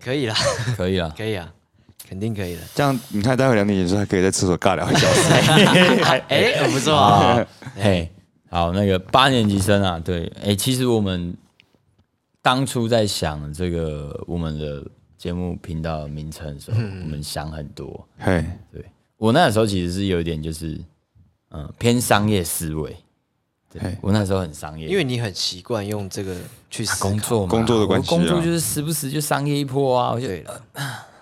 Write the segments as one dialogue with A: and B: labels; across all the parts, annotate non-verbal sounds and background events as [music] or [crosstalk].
A: 可以啦， [laughs]
B: 可以啊。
A: 可以啊，肯定可以的。
C: 这样你看，待会两点结束还可以在厕所尬聊一小时。
A: 哎，很不错啊，
B: 嘿，好，那个八年级生啊，对，哎、其实我们当初在想这个我们的节目频道的名称的时候，
C: 嗯
B: 我们想很多。
C: [laughs] 嘿，
B: 对我那时候其实是有一点就是，嗯、偏商业思维。对
C: 嘿
B: 我那时候很商业，
A: 因为你很习惯用这个去思
B: 啊
A: 考
B: 工作嘛
C: 工作的关系啊
B: 我工作就是时不时就商业一波啊。我就
A: 对了，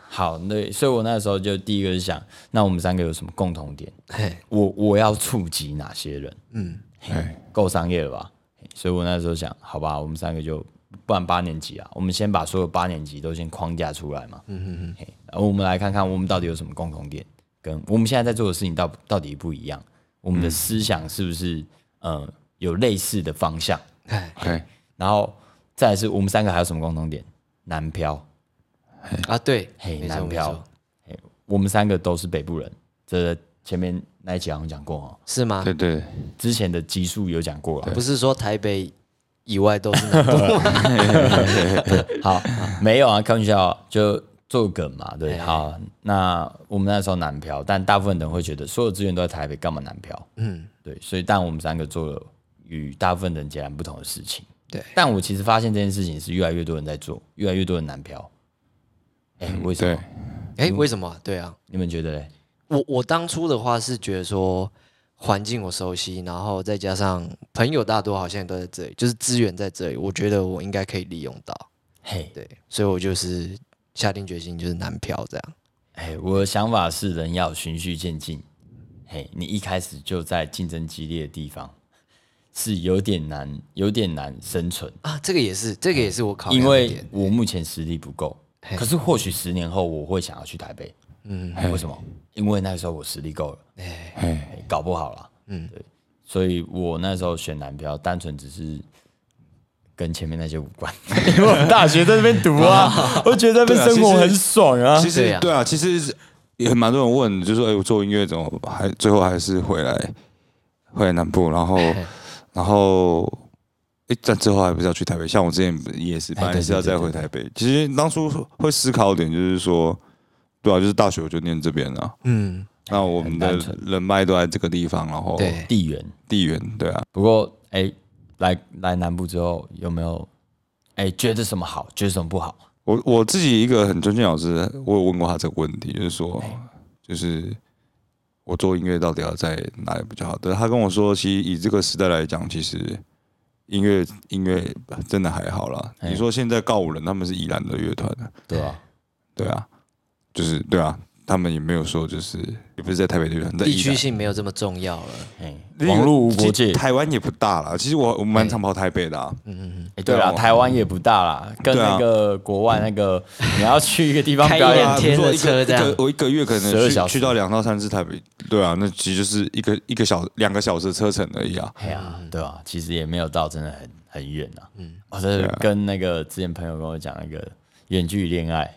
B: 好，对，所以我那时候就第一个是想，那我们三个有什么共同点？
A: 嘿，
B: 我我要触及哪些人？
A: 嗯，
C: 嘿，
B: 够商业了吧？所以我那时候想，好吧，我们三个就不然八年级啊，我们先把所有八年级都先框架出来嘛。嗯嗯嗯。然后我们来看看我们到底有什么共同点，跟我们现在在做的事情到到底不一样，我
A: 嗯
B: 们的思想是不是呃有类似的方向？
A: 哎，
C: 嘿，
B: 然后再来是我们三个还有什么共同点？南漂，
A: 啊，对，
B: 嘿，
A: 没错
B: 南
A: 没
B: 漂
A: 错，
B: 嘿，我们三个都是北部人，这前面那一集好像讲过哦，
A: 是吗
C: 对？对，
B: 之前的集数有讲过了，
A: 不是说台北以外都是南部
B: 好， [laughs] 没有啊，开玩笑，就做梗嘛，对，
A: 哎
B: 好，那我们那时候南漂，但大部分人会觉得所有资源都在台北，干嘛南漂？
A: 嗯，
B: 对，所以但我们三个做了与大部分人截然不同的事情，
A: 对
B: 但我其实发现这件事情是越来越多人在做，越来越多人南漂，哎、
A: 嗯
B: 为什么？
C: 对，
A: 哎，为什么啊？对啊，
B: 你们觉得嘞？
A: 我我当初的话是觉得说环境我熟悉，然后再加上朋友大多好像都在这里，就是资源在这里，我觉得我应该可以利用到，
B: 嘿，
A: 对，所以我就是下定决心就是南漂这样，
B: 哎，我的想法是人要循序渐进。嘿，你一开始就在竞争激烈的地方，是有点难，有点难生存。
A: 啊，这个也是，这个也是我考虑
B: 因
A: 的
B: 为
A: 点，
B: 我目前实力不够，
A: 嘿
B: 可是或许十年后我会想要去台北。嗯，为什么？因为那时候我实力够了，
A: 哎，
C: 嘿，
B: 哎搞不好啦。嗯，对，所以我那时候选南漂，单纯只是跟前面那些无关。 [laughs] 因为我大学在那边读 [laughs] 啊，我觉得那边生活很爽啊
C: 其。
A: 对
C: 实
A: 啊
C: 对啊，其实也蛮多人问，就说哎，我做音乐怎么还最后还是回来回来南部，然后然后哎，但最后还不是要去台北？像我之前也是，
B: 哎
C: 本来是要再回台北。其实当初会思考点就是说，对啊，就是大学我就念这边了，
A: 嗯，
C: 那我们的
B: 很单纯
C: 人脉都在这个地方，然后
A: 对，
B: 地缘，
C: 地缘，对啊，
B: 不过哎、来来南部之后有没有哎、觉得什么好，觉得什么不好？
C: 我我自己一个很尊敬老师，我有问过他这个问题，就是说，
B: 哎
C: 就是我做音乐到底要在哪里比较好？但是他跟我说，其实以这个时代来讲，其实音乐音乐真的还好啦。
B: 哎
C: 你说现在告五人他们是宜兰的乐团，
B: 对啊，
C: 对啊，就是对啊，他们也没有说就是也不是在台北的乐团，在
A: 地
C: 宜
A: 区
C: 兰。
A: 性没有这么重要了，
B: 哎、
C: 另一个
B: 网络无国界哎
C: 其实。台湾也不大啦。其实我我蛮常跑台北的、啊，
B: 欸对啊，嗯
C: 对啊
B: 台湾也不大啦，跟
C: 对啊
B: 那个国外那个， [laughs] 你要去一个地方
A: 开
B: 表
A: 一
B: 演
A: 两，
C: 啊
A: 天的
C: 比如说
A: 车
C: 一
A: 这
C: 个
A: 样
C: 一个我一个月可
B: 12
C: 能
B: 小
C: 去
B: 时
C: 去到两到三次台北，对啊，那其实就是一个一个小两个小时的车程而已啊。
B: 哎呀，对啊，其实也没有到真的很很远啊。嗯，我这是跟那个之前朋友跟我讲那个远距离恋爱，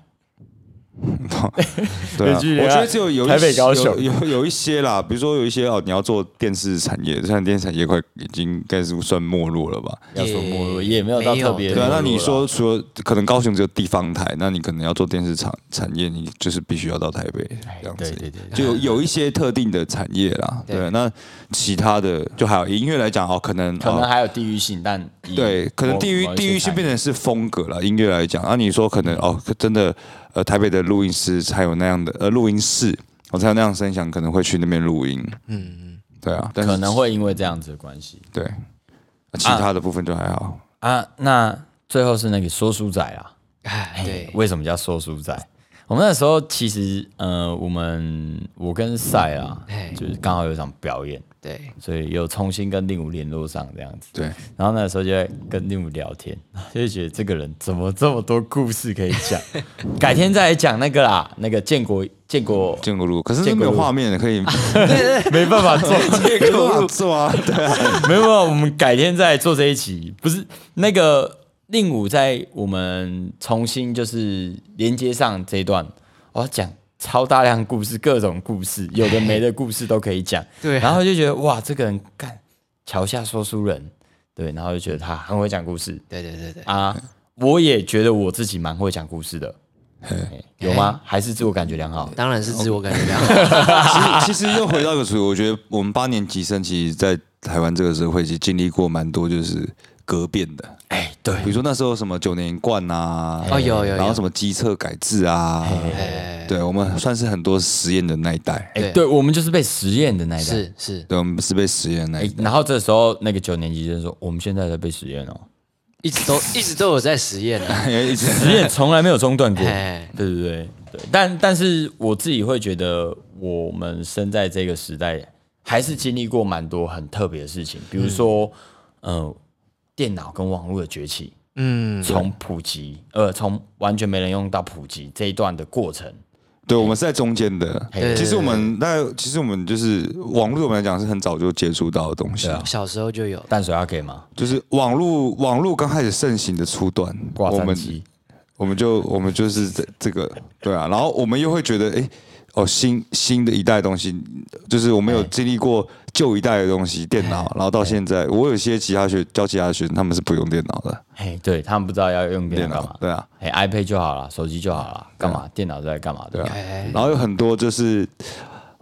C: 对啊，
B: 远距离啊
C: 我觉得只有有一
B: 台北高雄
C: 有有有一些啦，比如说有一些哦，你要做电视产业，像电视产业快已经应该是算没落了吧？
B: 要说没落
A: 也
B: 也没有到
A: 没有
B: 特别
A: 对
B: 没落
C: 对啊，
B: 啦。
C: 那你说说，可能高雄只有地方台，那你可能要做电视产产业，你就是必须要到台北这样子。
B: 哎对对对对
C: 就有有一些特定的产业啦。
A: 对
C: 对，那其他的就还有以音乐来讲哦，可能
B: 可能
C: 哦
B: 还有地域性，但以
C: 对，可能
B: 某
C: 地域
B: 某一些
C: 地域性
B: 产
C: 变成是风格了。音乐来讲，啊，你说可能哦，可真的，呃，台北的录音师才有那样的，呃，录音室，我、才有那样的声响，可能会去那边录音。嗯嗯，对啊，但是
B: 可能会因为这样子的关系
C: 对，啊其他的部分就还好。
B: 啊。那最后是那个说书仔啊，
A: 哎，对，
B: 为什么叫说书仔？我们那时候其实，呃，我们我跟赛啊
A: 哎，
B: 就是刚好有一场表演，
A: 对，
B: 所以又重新跟令武联络上这样子。
C: 对，
B: 然后那时候就在跟令武聊天， [laughs] 就觉得这个人怎么这么多故事可以讲，改天再来讲那个啦，那个建国建国
C: 建国路，可是都没有画面可 [laughs] 以
B: 没办法做，
C: 建国路做啊，对啊，
A: [laughs]
B: 没有办法，我们改天再来做这一期。不是那个令武在我们重新就是连接上这一段，我要讲超大量故事，各种故事，有的没的故事都可以讲。
A: [laughs] 对啊
B: 然后就觉得哇，这个人干桥下说书人，对，然后就觉得他很会讲故事
A: 对对对对， [laughs]
B: 啊。我也觉得我自己蛮会讲故事的，有吗？还是自我感觉良好？
A: 当然是自我感觉良好。 [laughs]
C: 其实，其实又回到一个主题，我觉得我们八年级生其实，在台湾这个社会，其实经历过蛮多就是革变的。
B: 哎，
C: 比如说那时候什么九年一贯啊，
A: 哦，有有有，
C: 然后什么机测改制啊，
A: 哎，
C: 对我们算是很多实验的那一代。
B: 哎，
A: 对
B: 对我们就是被实验的那一代。
A: 是是，
C: 对，我们是被实验的那一
B: 哎
C: 代。，
B: 然后这时候那个九年级生说：“我们现在在被实验哦，
A: 一直都一直都有在实验啊。
C: 因 [laughs] 为一直
B: 实验从来没有中断过。”
A: 哎，
B: 对对对对，但但是我自己会觉得，我们生在这个时代，还是经历过蛮多很特别的事情，比如说，呃，电脑跟网络的崛起，
A: 嗯，
B: 从普及，呃，从完全没人用到普及这一段的过程，
C: 对，我们是在中间的
A: 哎
B: 对。
C: 其实我们那，其实我们就是网络，对我们来讲是很早就接触到的东西
B: 对。啊
A: 小时候就有。
B: 淡水要给吗？
C: 就是网络，网络刚开始盛行的初段，
B: 挂
C: 我
B: 三
C: 们
B: 机，
C: 我们就我们就是这这个对啊，然后我们又会觉得，哎、哦，新新的一代东西，就是我们有
B: 哎
C: 经历过旧一代的东西，电脑，然后到现在，我有些其他学教其他的学生，他们是不用电脑的，
B: 哎，对他们不知道要用电
C: 电
B: 脑干
C: 脑
B: 嘛，
C: 对啊，啊
B: 哎，iPad 就好了，手机就好了，干嘛？电脑在干嘛？对吧？
A: 哎，
C: 然后有很多就是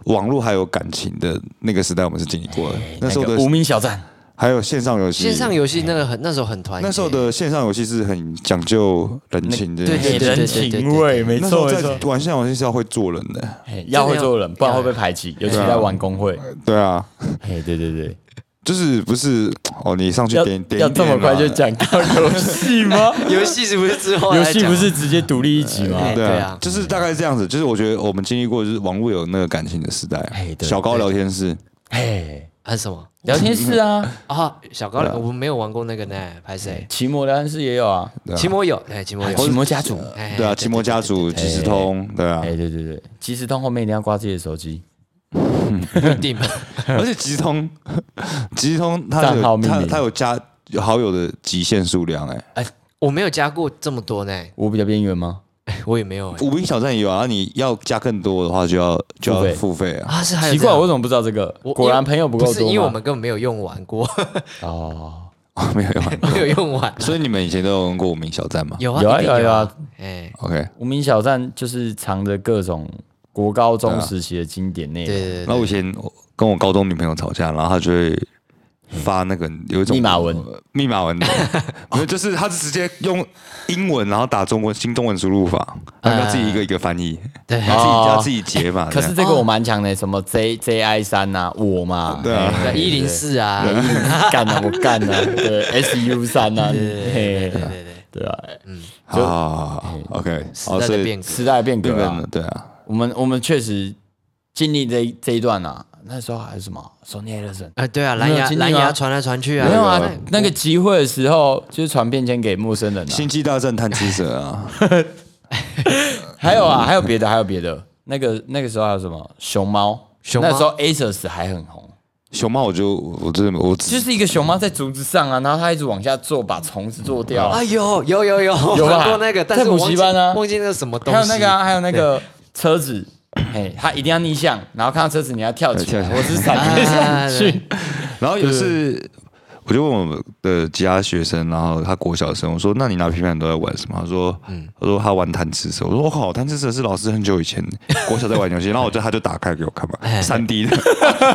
C: 网络还有感情的那个时代，我们是经历过的，那时候
B: 个嗯
C: 的
B: 哎无名小站，
C: 还有线上游戏，
A: 线上游戏那个很那时候很团结，
C: 那时候的线上游戏是很讲究人情这件
A: 对对
C: 事情，
A: 对
B: 哎人
A: 对对
B: 情
A: 对
B: 味，没
C: 那时候
B: 错没
C: 在
B: 错。
C: 玩线上游戏是要会做人的，
B: 嘿要会做人，不然会被排
A: 哎
B: 挤，尤其在玩工会。
C: 对啊。
B: 嘿，对对对，
C: 就是不是哦？你上去
B: 要
C: 点点
B: 要这么
C: 点
B: 快
C: 啊
B: 就讲到游戏
A: [laughs]
B: 吗？
A: 游戏是不是之后
B: 游
A: 来
B: 戏
A: 讲
B: 不是直接独立一集吗
A: 哎？
C: 对
A: 对
C: 啊
A: 啊，
C: 就是大概这样子。就是我觉得我们经历过，就是网络有那个感情的时代啊
B: 哎，对
C: 小高聊天室，
B: 哎，
A: 啊什么
B: 聊天室啊，
A: 啊？小高，我们没有玩过那个呢，拍谁？
B: 奇摩聊天室也有啊，
C: 对啊
A: 奇摩有，哎，奇摩有，
B: 奇摩家族。
A: 哎
C: 对啊，奇摩家族、即时通，对啊，
B: 哎，对对对，即时通后面一定要挂自己的手机，
A: 一定吧？
C: 而且即时通， [laughs] 即时通它
B: 账号
C: 有
B: 命
C: 它
B: 名
C: 它有加有好友的极限数量，哎，
A: 我没有加过这么多呢，
B: 我比较边缘吗？
A: 哎我也没有哎
C: 五兵小站也有啊。你要加更多的话，就要就要付
B: 付
C: 费啊。 [laughs]
A: 啊，是还有
B: 奇
A: 这
B: 怪，
A: 样
B: 我怎么不知道这个？
A: 我
B: 果然朋友不够
A: 是
B: 多吗。
A: 因为我们根本没有用完过， [laughs]
B: 哦，
C: 哦没有没 [laughs] 有，
A: 没有用完，
C: 所以你们以前都有用过五名小站吗
A: 有啊
B: 有啊
A: 一定
B: 有啊有
A: 啊
B: 啊，
A: 哎，
C: ？OK，
B: 无名小站就是藏着各种国高
C: 对
B: 中
C: 啊
B: 时期的经典内
A: 对
B: 容，
A: 对对
C: 那我以前我跟我高中女朋友吵架，然后她就会发那个有一种
B: 密码文
C: 呃密码文的，没有，就是她是直接用英文然后打中文新中文输入法，然后要自己一个一个翻译，
A: 对
C: 然后
B: 哦
C: 自己要自己解码。
B: 可是
C: 这样
B: 这个我蛮强的，什么 J J I 三呐，我嘛，哎
C: 对啊
A: 对一零四啊，
B: [laughs] 干啊，我干啊，对 S U 三啊，
A: 对
B: 嘿
A: 对对，
B: 对啊，
C: 好好好好，OK，
B: 哦
A: 时
C: 好，
A: 代
C: 所
A: 的
C: 以
A: 啊变革，
B: 时代变
C: 日
B: 革
C: 本
B: 啊
C: 的，对啊，
B: 我们我们确实经历这一这一段啊，那时候还有什么 Sony Ericsson。
A: 啊对啊，蓝牙
B: 没有经历
A: 蓝
B: 吗
A: 牙传来传去啊，
B: 没有啊
A: 那，
B: 那个集会的时候就是传便签给陌生人啊。
C: 星际大战探知者啊，
B: 还有啊，还有别的，还有别的。那个那个时候还有什么熊猫？
A: 熊猫
B: 那时候 Asus 还很红，
C: 熊猫我就我真的我
B: 就
C: 只
B: 是一个熊猫在竹子上啊，然后它一直往下坐，把虫子坐掉啊。
A: 啊有有有有，我
B: 有吧
A: 玩过那个，但
B: 在
A: 是我
B: 补
A: 忘
B: 习
A: 记
B: 班啊
A: 忘记那个什么东西，
B: 还有那个、啊，还有那个车子， [clears throat] 嘿，他一定要逆向，然后看到车子你要跳起
C: 跳
B: 来，
C: 起来
B: 我只是闪一下去。
C: 然后有一次，我就问我的其他学生，然后他国小生，我说：“那你拿平板都在玩什么？”他说：“
A: 嗯
C: 他说他玩贪吃蛇。”我说：“我靠，贪吃蛇是老师很久
A: [laughs]
C: 以前国小在玩游戏。”然后我就他就打开给我看
A: 哎
C: 嘛，三 D 的，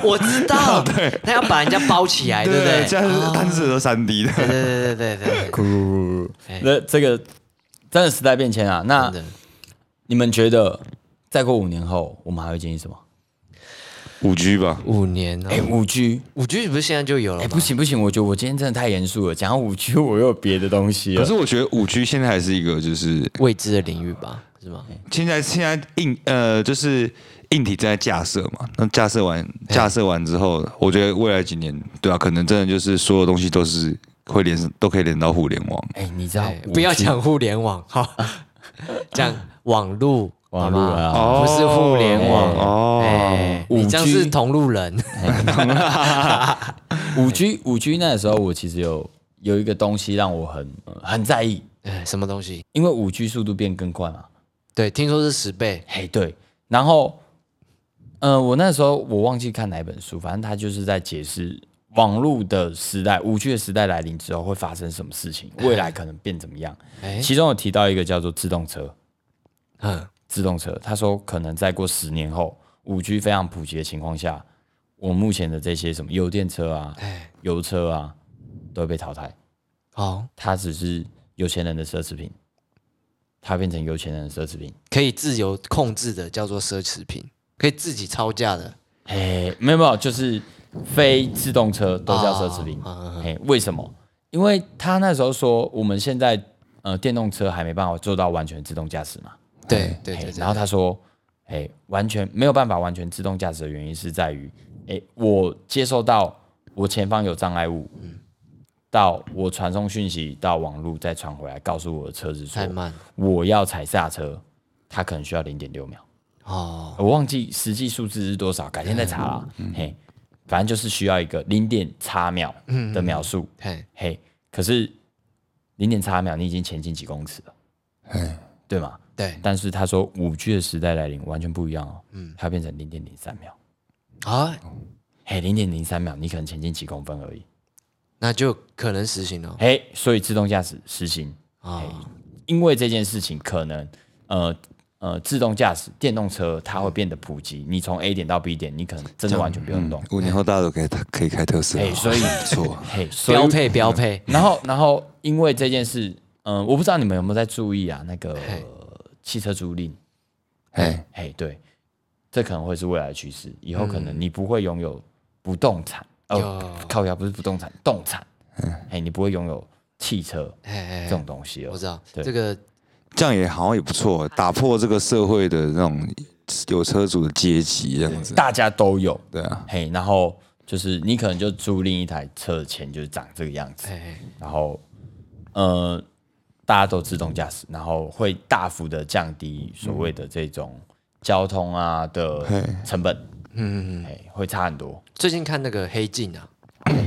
A: 我知道，
B: [laughs]
A: 对，他要把人家包起来， [laughs] 对不对？
C: 现在是
A: 啊
C: 贪吃蛇都三 D 的。
A: 对对对对对对，
B: [laughs] 那这个真的时代变迁啊，那
A: 真的
B: 你们觉得再过五年后，我们还会经历什么？
C: 五 G 吧，
A: 五年
B: 哎，
A: 哦，
B: 五 G，
A: 五 G 不是现在就有了
B: 哎，
A: 吗
B: 不？行不行，我觉得我今天真的太严肃了，讲到五 G 我又有别的东西
C: 可
B: 了
C: 是。我觉得五 G 现在还是一个，就是
A: 未知的领域吧，是吗？
C: 现在现在硬呃，就是硬体正在架设嘛。那架设完
A: 哎
C: 架设完之后，我觉得未来几年，对啊，可能真的就是所有东西都是会连都可以连到互联网。
B: 哎，你知道
A: 哎不要讲互联网，好， [laughs] 讲网路，
B: 网络
A: 好吗
B: 啊，
C: 哦
A: 不是互联网
C: 哦
A: 哎，
B: 5G
A: 你这样是同路人，
B: 五 G 五 G 那时候我其实有有一个东西让我很呃很在意，
A: 哎，什么东西？
B: 因为五 G 速度变更快嘛。
A: 对，听说是十倍，
B: 嘿，对，然后，呃，我那时候我忘记看哪一本书，反正他就是在解释网络的时代，五 G 的时代来临之后会发生什么事情，未来可能变怎么样。
A: 哎，
B: 其中有提到一个叫做自动车，
A: 嗯，
B: 自动车。他说，可能再过十年后，五 G 非常普及的情况下，我目前的这些什么油电车啊、
A: 哎，
B: 油车啊，都会被淘汰。
A: 好，
B: 它只是有钱人的奢侈品，它变成有钱人的奢侈品。
A: 可以自由控制的叫做奢侈品，可以自己超价的，
B: 哎，没有没有，就是非自动车都叫奢侈品。
A: 啊啊
B: 哎、为什么？因为他那时候说，我们现在呃电动车还没办法做到完全自动驾驶嘛。
A: 对对
B: 嘿
A: 对，
B: 然后他说，哎、完全没有办法完全自动驾驶的原因是在于，哎、我接受到我前方有障碍物，
A: 嗯
B: 到我传送讯息到网络再传回来，告诉我的车子说
A: 太慢
B: 我要踩刹车，它可能需要零点六秒。
A: 哦，
B: 我忘记实际数字是多少，改天再查啦。嘿，反正就是需要一个零点叉秒的秒数。
A: 嘿，
B: 嘿，可是零点差秒，你已经前进几公尺了，
C: 哎，
B: 对吗？
A: 对
B: 但是他说五 G 的时代来临，完全不一样哦，嗯，它变成零点零三秒，
A: 啊，
B: 嘿，零点零三秒，你可能前进几公分而已，
A: 那就可能实行了
B: 嘿，所以自动驾驶实行，
A: 啊，
B: 因为这件事情可能，呃呃，自动驾驶电动车它会变得普及，你从 A 点到 B 点，你可能真的完全不用动，
C: 五年后大家都可以可以开特斯拉，
B: 哎所以
C: 不错，
B: 嘿，所以嗯
A: 标配标配，
B: 然后，然后因为这件事，嗯、我不知道你们有没有在注意啊？那个
A: 嘿
B: 汽车租赁，
C: 哎，
B: 嘿，对，这可能会是未来的趋势。以后可能你不会拥有不动产，哦，
A: 有
B: 靠呀，不是不动产，动产，嘿，你不会拥有汽车
A: 哎
B: 这
A: 哎，
B: 种东西哦
A: 我
B: 了。
A: 知道
B: 对
A: 这个
C: 这样也好像也不错，打破这个社会的那种有车主的阶级这样子，
B: 大家都有，
C: 对啊，
B: 嘿，然后就是你可能就租赁一台车的钱就是长这个样子，
A: 哎哎
B: 然后呃，大家都自动驾驶，然后会大幅的降低所谓的这种交通啊的成本，嗯，哎，会差很多。
A: 最近看那个《黑镜》啊，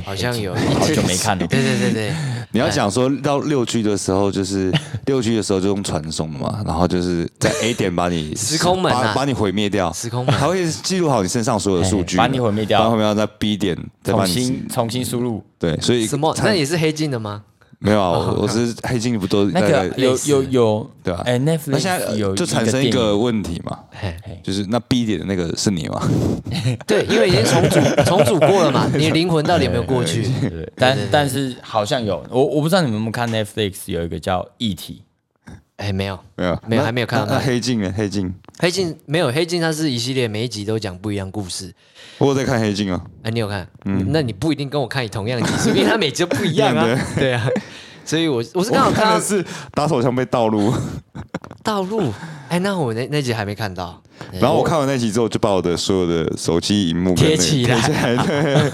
A: 好像有，
B: 哎好
A: 对
B: 久没
C: [laughs]
B: 看了，
A: 对对对，
B: 哎
C: 你要讲说到六 G 的时候，就是六 G 的时候就用传送的嘛，然后就是
B: [laughs]
C: 在 A 点把你
A: 时空门啊
C: 把把你毁灭掉，
A: 时空门
C: 它会记录好你身上所有的数据，
B: 哎把你毁灭掉
C: 把你毁灭掉，在 B 点再把
B: 重
C: 你
B: 新重新输入
C: 对，
B: [laughs]
C: 所以
A: 什么？
C: 它
A: 那也是黑镜的吗？
C: 没有啊，我我是黑镜不都
B: 那个有
A: 类似
B: 有有
C: 对啊
B: 哎
C: 那现
B: ，Netflix
C: 在
B: 有
C: 就产生一
B: 一
C: 个
B: 电影
C: 问题嘛，
A: 嘿，
C: 就是那 B 点的那个
A: [laughs]
C: 是你吗？
A: 对，因为已经重组重组过了嘛，你的灵魂到底有没有过去？
B: [laughs] 对，但但是好像有我我不知道你们有没有看 Netflix 有一个叫《议题
A: 哎，没有，
C: 没有，
A: 没有
C: 那
A: 还没有看到
C: 那
A: 那
C: 那
A: 里
C: 黑镜呢？黑镜，
A: 黑镜没有黑镜，它是一系列每一集都讲不一样故事。
C: 我有在看黑镜啊。
A: 哎，你有看？那你不一定跟我看同样的集数，因为它每集都不一样啊。对啊，所以我我是刚好
C: 我
A: 看
C: 看
A: 到
C: 的是打手枪被
A: [laughs]
C: 盗录，
A: 道路。哎，那我那那集还没看到。哎
C: 然后我看完那集之后，就把我的所有的手机荧幕
A: 贴
C: 跟那个
A: 起来啊
C: 贴起来，对，》，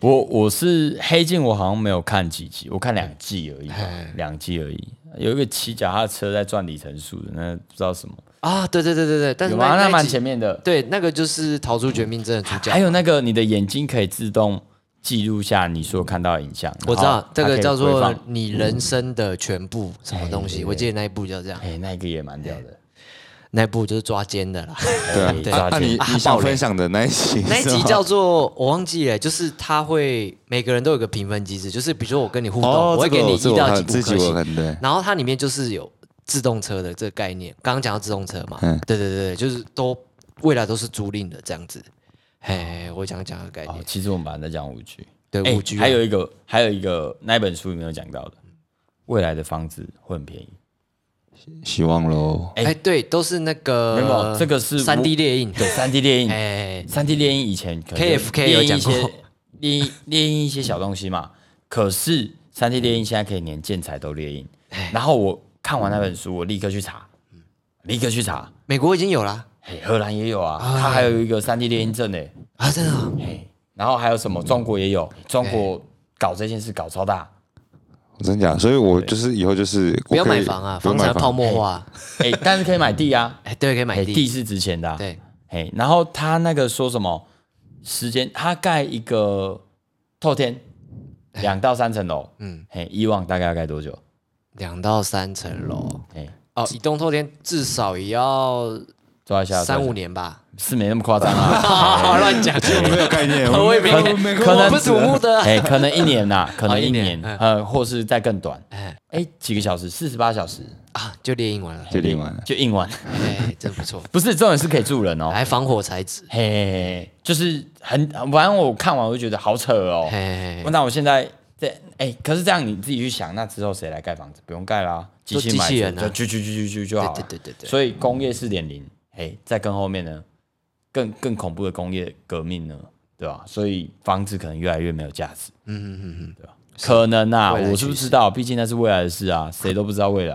B: 我我是《黑镜》，我好像没有看几集，我看两季而已吧
A: 嘿，
B: 两季而已。有一个骑脚踏车在赚里程数的，那不知道什么，
A: 啊，对对对对对，但是
B: 有吗？
A: 那
B: 那蛮
A: 一集
B: 前面的。
A: 对，那个就是逃出绝命镇的主角
B: 还。有那个，你的眼睛可以自动记录下你所看到的影像。
A: 我知道这个叫做
B: 哎、
A: 你人生的全部什么东
B: 嗯
A: 西，我记得那一部叫这样，
B: 嘿哎那个也蛮屌的。
A: 那一部就是抓奸的啦。
C: 对啊
B: 哎，
C: 啊
B: 抓
C: 啊
B: 奸
C: 你
A: 啊
C: 你
A: 爆
C: 想
A: 雷
C: 分享的那一集是吗，
A: 那一集叫做我忘记了，就是他会每个人都有个评分机制，就是比如说我跟你互动，
C: 哦，
A: 我会
C: 这
A: 给
C: 个
A: 你
C: 我
A: 一
C: 这个
A: 到
C: 我
A: 几
C: 看，
A: 五
C: 这集
A: 颗
C: 我
A: 星，
C: 看哎对，
A: 然后它里面就是有自动车的这个概念，刚刚讲到自动车嘛，
C: 嗯
A: 对对对，就是都未来都是租赁的这样子。嘿，我想讲个概
B: 哦
A: 念，，
B: 其实我们本来在讲五 G，
A: 对
B: 哎
A: 五 G 啊
B: 还有一个，还有一个那一本书里面有讲到的，未来的房子会很便宜。
C: 希望喽。
B: 哎
A: 哎，对，都是那个
B: 没有这个是
A: 三 D
B: 我
A: 列印，
B: 对，三 D 猎印，
A: 哎，
B: 三 D 猎鹰以前可能
A: KFK
B: 猎
A: 有
B: 鹰
A: 讲
B: 一
A: 过
B: [laughs] 些猎猎鹰一些小东西嘛，可是
A: 哎
B: 三 D 猎鹰现在可以连建材都猎鹰。然后我看完那本书，我立刻去查，立刻去查，
A: 美国已经有啦
B: 嘿，荷兰也有啊，
A: 哎
B: 它还有一个三 D 猎鹰证呢，
A: 啊，真的啊
B: 嘿，然后还有什么中国也有，
A: 哎
B: 中国搞这件事搞
A: [laughs]
B: 超大，
C: 真假？所以我就是以后就是
A: 不
C: 我
A: 要
C: 可以
A: 买房啊，
C: 不要
A: 房产
C: 买
A: 泡沫化，啊
B: 哎，但是可以买地啊，
A: 哎，对，可以买
B: 嘿，地
A: 地，
B: 是值钱的、啊，
A: 对，
B: 嘿，然后他那个说什么时间，他盖一个透天，两到三层楼，嗯，嘿，以往大概要盖多久？
A: 两到三层楼。
B: 嘿，
A: 哦，移动透天至少也要
B: 抓一下
A: 三五年吧，
B: 是没那么夸张啊，
A: [laughs] 好乱
B: [laughs]
A: 讲，
C: 没有概念，
A: 我也没
C: 我没
B: 可能
A: 我不瞩目
B: [laughs]
A: 的。
B: 哎，可能一年呐，可能一
A: 哦一
B: 年，
A: 年
B: 呃，或是再更短，
A: 哎
B: 哎，几个小时，四十八小时
A: 啊，就猎鹰完了，
C: 就另外
B: 就印完，
A: 哎，真不错，
B: 不是重点是可以住人哦，
A: 还防火材质，
B: 嘿嘿，嘿就是很，反正我看完我就觉得好扯哦，
A: 哎，
B: 那我现在这哎、可是这样你自己去想，那之后谁来盖房子？不用盖啦，机
A: 就
B: 器
A: 机
B: 买
A: 器
B: 着
A: 人啊
B: 就去去去去去就好
A: 对
B: 了。
A: 对对对对，
B: 所以工业四点零，哎，在更后面呢，更更恐怖的工业革命呢，对吧？所以房子可能越来越没有价值，
A: 嗯嗯嗯嗯
B: 可能啊，
A: 未来
B: 我是不
A: 趋势
B: 知道，毕竟那是未来的事啊，谁都不知道未来、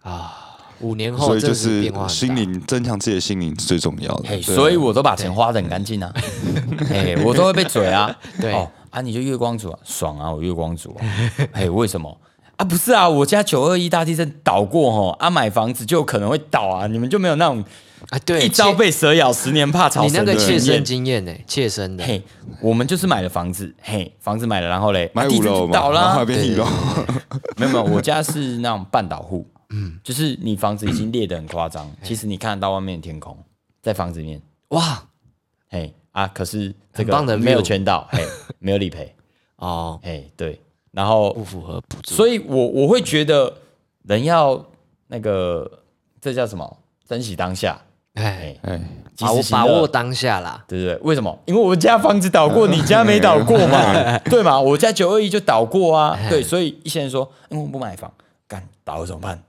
B: 啊。
A: 啊，五年后
C: 所以
A: 真的
C: 就
A: 是
C: 是
A: 变化很大
C: 心灵增强自己的心灵是最重要
B: 嘿，
C: 的。
B: 所以我都把钱花的很干净啊， [laughs] 嘿，我都会被嘴啊，
A: 对
B: 哦啊，你就月光族啊，爽啊，我月光族啊， [laughs] 嘿，为什么啊？不是啊，我家九二一大地震倒过吼，啊，买房子就有可能会倒啊，你们就没有那种
A: 啊，对，
B: 一朝
A: 切
B: 被蛇咬，十年怕草
A: 你那
B: 绳
A: 个
B: 的
A: 切
B: 经
A: 身
B: 验。
A: 经验呢，切身的，
B: 嘿，我们就是买了房子，嘿，房子买了，然后嘞，啊
C: 买
B: 地
C: 五
B: 震
C: 楼
B: 就
C: 嘛，
B: 倒
C: 然后
B: 啦
C: 还，变一楼，
B: [laughs] 没有没有，我家是那种半岛户，嗯，就是你房子已经裂得很夸张，其实你看得到外面的天空，在房子里面。
A: 哇，
B: 嘿啊，可是这
A: 很棒的
B: 个没有
A: view
B: 圈到，
A: [laughs]
B: 嘿，没有理赔，
A: 哦，
B: 嘿，对，然后
A: 不符合补助，
B: 所以我我会觉得人要那个这叫什么？珍惜当下，
A: 哎，
B: 哎，
C: 哎，
B: 及
A: 把握
B: 时行
A: 把
B: 乐
A: 握，当下啦，
B: 对对对，为什么？因为我家房子倒过，你家没倒过
A: [laughs]
B: 嘛，对嘛？我家九二一就倒过啊，对，所以一些人说，因为我不买房，干倒了怎么办？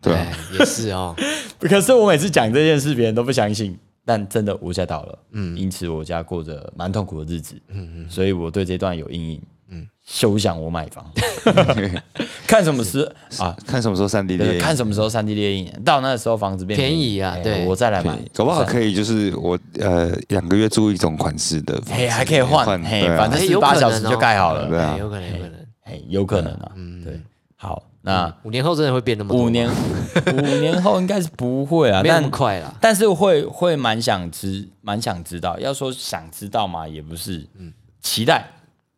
C: 对啊
A: 哎，也是
B: [laughs]
A: 哦，
B: 可是我每次讲这件事，别人都不相信。但真的，我家倒了，嗯，因此我家过着蛮痛苦的日子，嗯嗯，所以我对这段有阴影，嗯，休想我买
A: [laughs]
B: 房，看什么时啊？
C: 看什么时候三 D
B: 对
C: 的，
B: 看什么时候三 D 猎鹰，到那时候房子变
A: 便宜啊
B: 哎
A: 对
B: 我再来买
C: 对，搞不好
B: 以，
C: 可以就是我呃两个月租一种款式的房子，
B: 嘿，还可以换，嘿
C: 对，啊
B: 反正
A: 哎
B: 四
A: 有
B: 八
A: 可
B: 小
A: 能
B: 时
A: 哦
B: 就盖好了，
C: 对啊
A: 哎有可能有可能，
B: 嘿，有可能
A: 嗯
B: 啊，对，好，那
A: 五年后真的会变那么多吗
B: 五年五年后应该是不会啊，
A: 啊 [laughs] 没有那
B: 但
A: 么快啦，
B: 但是会会蛮想知，蛮想知道。要说想知道嘛，也不是，嗯，期待，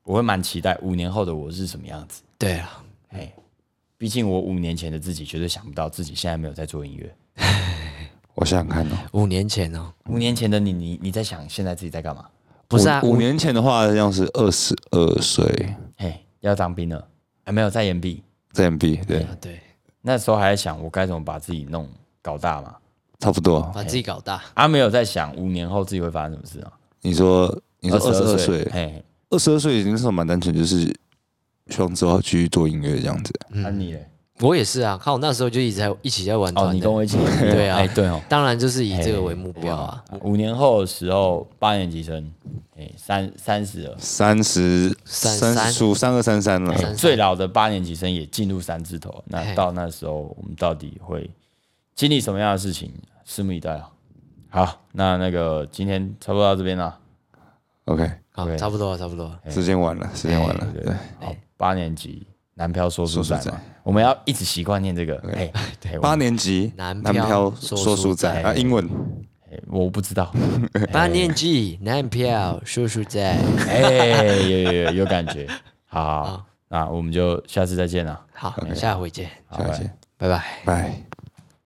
B: 我会蛮期待五年后的我是什么样子。
A: 对啊，
B: 哎，毕竟我五年前的自己绝对想不到自己现在没有在做音乐。
C: 我想想看哦，
A: 五年前哦，
B: 五年前的你，你你在想现在自己在干嘛？
A: 不是啊，
C: 五
A: 五
C: 五年前的话，像是二十二岁
B: 嘿，要当兵了，还没有在研毕，
C: 在 MB，对，
A: 啊对，
B: 那时候还在想我该怎么把自己弄搞大嘛。
C: 差不多。
A: 把自己搞大，
B: 啊，没有在想五年后自己会发生什么事啊？
C: 你说你说二十二
B: 22
C: 岁，
B: 嘿，
C: 二十二岁已经是蛮单纯，就是希望之后继续做音乐这样子。
B: 那、你
C: 嗯
B: 嘞？
A: 我也是啊，看我那时候就一直在一起在玩
B: 哦，
A: 团
B: 你
A: 的，
B: 跟我一起，
C: 嗯
A: 对啊
B: 哎，对哦。
A: 当然就是以这个为目标啊，
B: 五年后的时候，八年级生，哎、三三十了，
C: 三十
A: 三
C: 三十出三二三三了，
A: 三
B: 最老的八年级生也进入三字头。
A: 嘿
B: 那到那时候，我们到底会经历什么样的事情？拭目以待啊！好，那那个今天差不多到这边了。
C: OK，
A: 好，
B: 对
A: 差不多了，差不多了，
C: 时间晚了，时间晚了，对，
B: 好，八年级南漂说书仔
C: 说书
B: 嘛，我们要一直习惯念这个。哎，嘿
C: 八，年级
A: 南漂
C: 漂
A: 说
C: 说
A: 书
C: 书仔
B: 仔
C: 啊，英文
B: 我嘿哎我不知道。
A: 八年级男票叔叔在，
B: 哎，有有有有感觉。
C: [laughs]
B: 好，那我们就下次再见了。
A: 好，下回见，
B: 好，
C: 下
B: 拜
C: 一节，
A: 拜拜。
C: 拜。